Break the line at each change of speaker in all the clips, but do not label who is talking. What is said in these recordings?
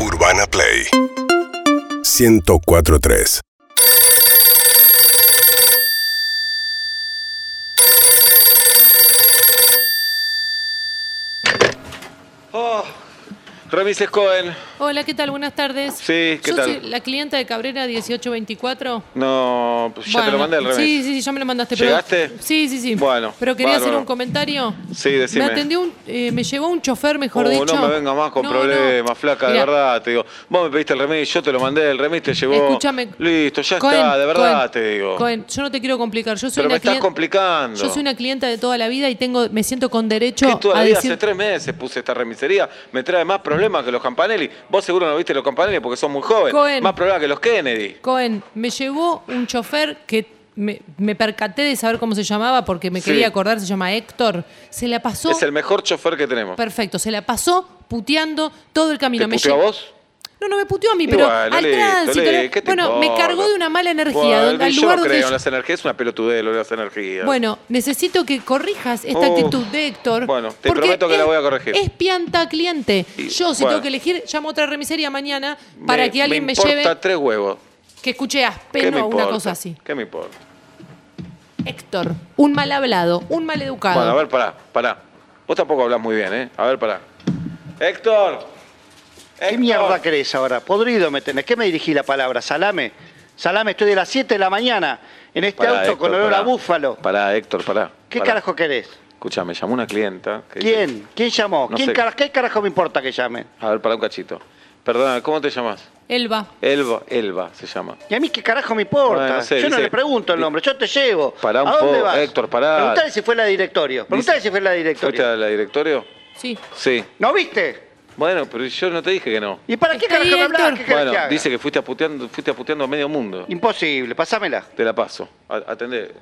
Urbana Play 1043
Oh, Remises Cohen.
Hola, ¿qué tal? Buenas tardes.
Sí, ¿qué
Yo
tal?
soy la clienta de Cabrera 1824.
No, pues ya te
Bueno,
lo mandé al revés.
Sí, sí, sí, ya me lo mandaste. pero-
¿Llegaste?
sí, sí, sí.
Bueno,
Pero quería
bárbaro.
hacer un comentario.
Sí, decime.
Me atendió un, eh, me llevó un chofer, mejor
Oh,
dicho.
no me venga más con
No,
problemas,
no.
flaca,
Mirá,
de verdad, te digo. Vos me pediste el remis, yo te lo mandé, el remis te llevó.
Escúchame.
Listo, ya
Cohen,
está, de verdad
Cohen,
te digo.
Cohen, yo no te quiero complicar. Yo soy
Pero
una
me estás
clien-
complicando.
Yo soy una clienta de toda la vida y tengo, me siento con derecho
¿Qué toda
a
la vida?
decir.
Hace tres meses puse esta remisería. Me trae más problemas que los Campanelli. Vos seguro no viste los Campanelli porque son muy joven.
Cohen.
Más problemas que los Kennedy.
Cohen, me llevó un chofer que me, me percaté de saber cómo se llamaba porque me
Sí.
quería acordar, se llama Héctor. Se la pasó.
Es el mejor chofer que tenemos.
Perfecto, se la pasó puteando todo el camino.
¿Te
Me
puteó a
lle-
vos?
No, no me puteó a mí,
Y
pero
bueno,
al
listo,
tránsito.
listo,
le-
¿qué te
bueno, me
importa?
cargó de una mala energía.
Bueno,
donde- al
yo
lugar
no
donde
creo
yo-
en las energías, es una pelotudez lo de las energías.
Bueno, necesito que corrijas esta
Uh,
actitud de Héctor.
bueno, te
porque
prometo que la voy a corregir.
Es pianta cliente.
Y-
Yo, si
bueno.
tengo que elegir, llamo a otra remisería mañana para que alguien me,
importa
lleve
tres huevos.
que escuche
¿Qué
Aspen
me
o una
importa?
cosa así.
¿Qué me importa?
Héctor, un mal hablado, un mal educado.
Bueno, a ver, pará, pará. Vos tampoco hablás muy bien, ¿eh? A ver, pará. Héctor.
¿Qué mierda crees ahora? Podrido me tenés. ¿Qué me dirigí la palabra? Salame. Salame, estoy de las 7 de la mañana en este
Pará,
auto
Héctor,
con olor
pará.
a búfalo.
Pará, Héctor, pará.
¿Qué
pará.
carajo querés?
Escuchá, me llamó una clienta. que dice-
¿Quién? ¿Quién llamó?
No
¿Quién
sé.
cara- ¿Qué carajo me importa que llamen?
A ver, pará un cachito. Perdona, ¿cómo te llamas?
Elba.
Elba, Elba se llama.
¿Y a mí qué carajo me importa?
Bueno, no sé,
yo no
dice-
le pregunto el nombre, yo te llevo.
Pará un
¿A dónde
poco,
vas?
Héctor, pará.
Preguntale si fue la directorio. Preguntale
Dice-
si fue la
¿Fuiste
directorio.
al directorio?
Sí.
Sí.
¿No viste?
Bueno, pero yo no te dije que no.
¿Y para qué
Está ahí,
carajo me hablas?
Héctor.
¿Qué querés
Bueno,
que haga?
dice que fuiste a puteando, fuiste a puteando a medio mundo.
Imposible, pasámela.
Te la paso. A- Atendé.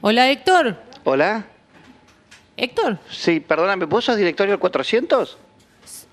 Hola, Héctor.
¿Hola?
Héctor.
Sí, perdóname, ¿vos sos directorio del 400?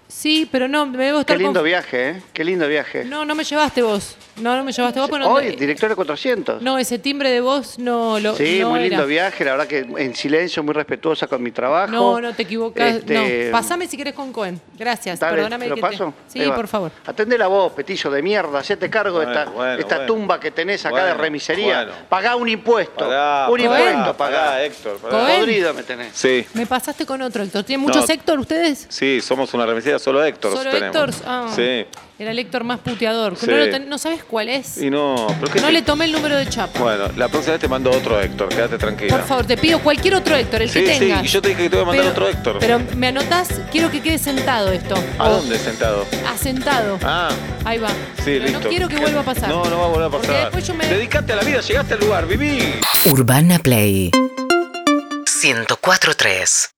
Sí, pero no, me debo
Qué
estar
lindo
conf-
viaje, ¿eh? Qué lindo viaje.
No, no me llevaste vos. No, no me llevaste vos. porque no- eh,
Hoy, director de 400.
No, ese timbre de voz no lo.
sí,
no
muy
era.
lindo viaje, la verdad que en silencio, muy respetuosa con mi trabajo.
No, no te equivocas.
Este,
No, pasame si querés con Cohen. Gracias.
dale,
Perdóname.
¿te lo
que te-
paso?
Sí,
Ahí va.
por favor.
Atende la voz, petillo de mierda, hacete cargo de
Bueno,
esta,
bueno,
esta
bueno.
tumba que tenés acá de
Bueno,
remisería.
bueno.
Pagá un impuesto.
Pará,
un
pará,
impuesto pagá.
pará, Héctor, pará.
Cohen.
Podrido me tenés.
Sí.
Me pasaste con otro, Héctor. ¿Tienen
No.
muchos Héctor ustedes?
Sí, somos una remisería, solo Héctor
¿Solo
tenemos.
Héctor? Ah,
Sí.
Era el Héctor más puteador.
Sí.
No, lo ten- no sabes cuál es.
Y no, pero qué
No
te-
le tomé el número de chapa.
Bueno, la próxima vez te mando otro Héctor, quédate tranquila.
Por favor, te pido cualquier otro Héctor, el
Sí,
que
sí,
tengas.
y yo te dije que te voy a mandar
Pero-
otro Héctor.
Pero me anotás, quiero que quede sentado esto.
¿A dónde sentado?
Asentado.
Ah,
Ahí va.
sí,
Pero
listo.
No quiero que vuelva a pasar.
No, no va a volver a pasar.
Porque después yo me.
Dedicate a la vida, llegaste al lugar, viví.
Urbana Play 1043